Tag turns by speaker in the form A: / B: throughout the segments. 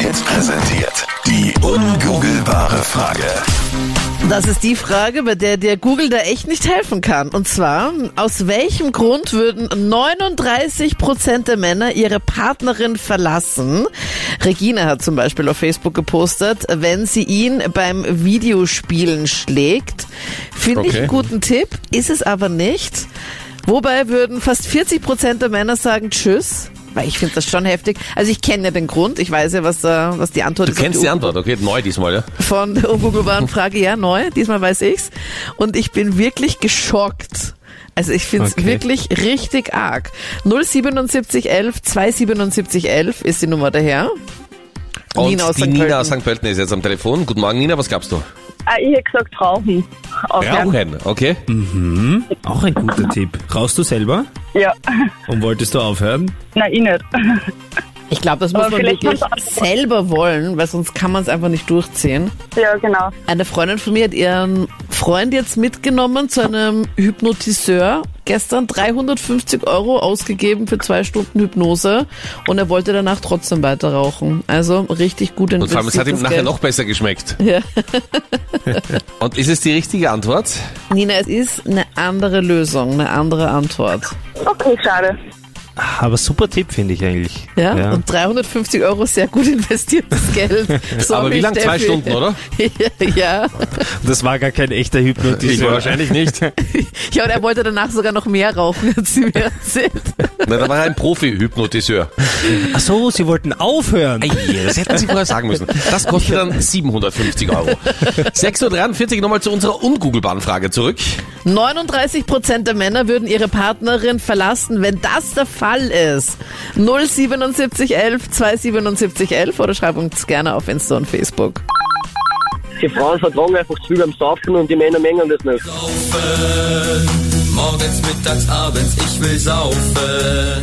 A: Hits präsentiert. Die ungoogelbare Frage.
B: Das ist die Frage, bei der dir Google da echt nicht helfen kann. Und zwar, aus welchem Grund würden 39 Prozent der Männer ihre Partnerin verlassen? Regina hat zum Beispiel auf Facebook gepostet, wenn sie ihn beim Videospielen schlägt. Finde ich
C: Okay.
B: einen guten Tipp, ist es aber nicht. Wobei würden fast 40 Prozent der Männer sagen Tschüss. Weil ich finde das schon heftig. Also ich kenne ja den Grund, ich weiß ja, was, da, was die Antwort
C: Du
B: ist. auf
C: kennst die Antwort, okay, neu diesmal, ja?
B: von der ungoogelbaren Frage, ja, neu, diesmal weiß ich's. Und ich bin wirklich geschockt. Also ich find's
C: Okay.
B: wirklich richtig arg. 07711 27711 ist die Nummer daher.
C: Und
B: Nina aus
C: die
B: St.
C: Nina
B: Pölten.
C: aus St. Pölten ist jetzt am Telefon. Guten Morgen, Nina, was gabst du?
D: Ah, ich hätte gesagt rauchen. Aufhören.
C: Rauchen, okay?
B: Mhm.
E: Auch ein guter Tipp. Rauchst du selber?
D: Ja.
E: Und wolltest du aufhören?
D: Nein, ich nicht.
B: Ich glaube, das muss
D: Aber
B: man
D: vielleicht
B: wirklich
D: kannst du-
B: selber wollen, weil sonst kann man es einfach nicht durchziehen.
D: Ja, genau.
B: Eine Freundin von mir hat ihren Freund jetzt mitgenommen zu einem Hypnotiseur. Gestern 350 Euro ausgegeben für zwei Stunden Hypnose und er wollte danach trotzdem weiter rauchen. Also richtig gut
C: Und vor allem,
B: investiertes
C: es hat ihm nachher
B: Geld.
C: noch besser geschmeckt.
B: Ja.
C: Und ist es die richtige Antwort?
B: Nina, es ist eine andere Lösung, eine andere Antwort.
D: Okay, schade.
F: Aber super Tipp finde ich eigentlich.
B: Ja? Und 350 Euro ist sehr gut investiertes Geld. So
C: Aber wie
B: viel
C: lang? Zwei
B: Steffi.
C: Stunden, oder?
B: ja.
F: Das war gar kein echter Hypnotiseur.
C: wahrscheinlich nicht. Na,
B: Ja, und er wollte danach sogar noch mehr rauchen, hat sie mir erzählt.
C: da war er ein Profi-Hypnotiseur.
F: Ach so, sie wollten aufhören.
C: Ei, Das hätten Sie vorher sagen müssen. Das kostet dann 750 Euro. 6.43 Uhr nochmal zu unserer ungoogelbaren Frage zurück.
B: 39 Prozent der Männer würden ihre Partnerin verlassen, wenn das der Fall ist. 07711 27711 oder schreib uns gerne auf Insta und Facebook.
G: Die Frauen vertragen einfach zu viel beim Saufen und die Männer mengen das nicht.
H: Morgens, mittags, abends, ich will saufen.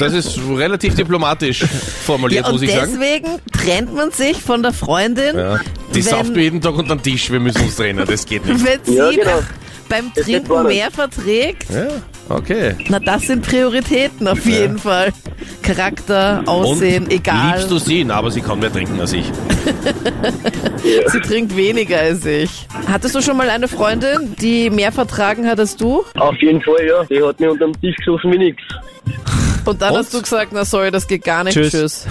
C: Das ist relativ diplomatisch formuliert,
B: Ja, und
C: muss ich sagen.
B: deswegen trennt man sich von der Freundin,
C: Ja. Die
B: wenn,
C: sauft mir jeden Tag unter den Tisch, wir müssen uns trennen, das geht nicht.
B: wenn sie
G: Ja, genau.
B: beim
G: geht gar
B: Trinken
G: nicht.
B: mehr verträgt.
C: Ja, okay.
B: Na, das sind Prioritäten auf jeden Fall. Charakter,
C: Und
B: Aussehen, egal.
C: liebst du sie? Na, aber sie kann mehr trinken als ich.
B: Sie trinkt weniger als ich. Hattest du schon mal eine Freundin, die mehr vertragen hat als du?
G: Auf jeden Fall, ja. Die hat mich unterm Tisch geschossen wie nix.
B: Und dann
C: Und?
B: hast du gesagt, na sorry, das geht gar nicht. Tschüss.
F: Tschüss.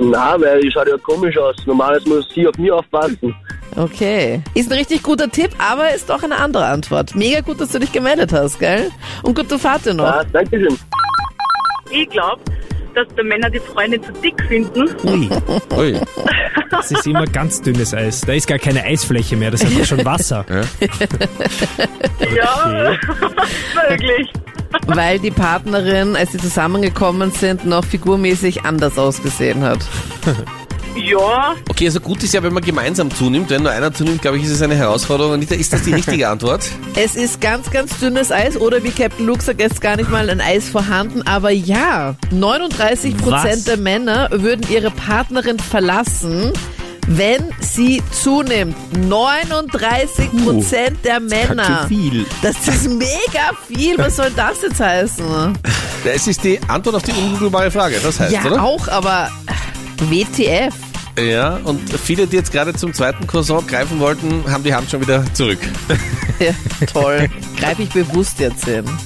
G: Nein, weil die schaut ja komisch aus. Normalerweise muss sie auf mich aufpassen.
B: Okay. Ist ein richtig guter Tipp, aber ist auch eine andere Antwort. Mega gut, dass du dich gemeldet hast, gell? Und gute Fahrt dir noch.
G: Ah, Dankeschön.
D: Ich glaube, dass die Männer die Freundin zu dick finden.
E: Ui,
C: Ui.
E: das ist immer ganz dünnes Eis. Da ist gar keine Eisfläche mehr, das ist einfach schon Wasser.
D: Ja, wirklich.
B: Weil die Partnerin, als sie zusammengekommen sind, noch figurmäßig anders ausgesehen hat.
D: Ja,
C: Okay, also gut ist ja, wenn man gemeinsam zunimmt. Wenn nur einer zunimmt, glaube ich, ist es eine Herausforderung. Anita, ist das die richtige Antwort?
B: Es ist ganz, ganz dünnes Eis oder wie Captain Luke sagt, es ist gar nicht mal ein Eis vorhanden. Aber ja, 39
E: Was?
B: Prozent der Männer würden ihre Partnerin verlassen, wenn sie zunimmt. 39 Prozent der Männer.
F: viel.
B: Das ist mega viel. Was soll das jetzt heißen?
C: Es ist die Antwort auf die ungoogelbare Frage, das heißt,
B: Ja,
C: Äh, oder?
B: auch, aber WTF.
C: Ja, und viele, die jetzt gerade zum zweiten Croissant greifen wollten, haben die Hand schon wieder zurück.
B: Ja, toll. Greife ich bewusst jetzt hin.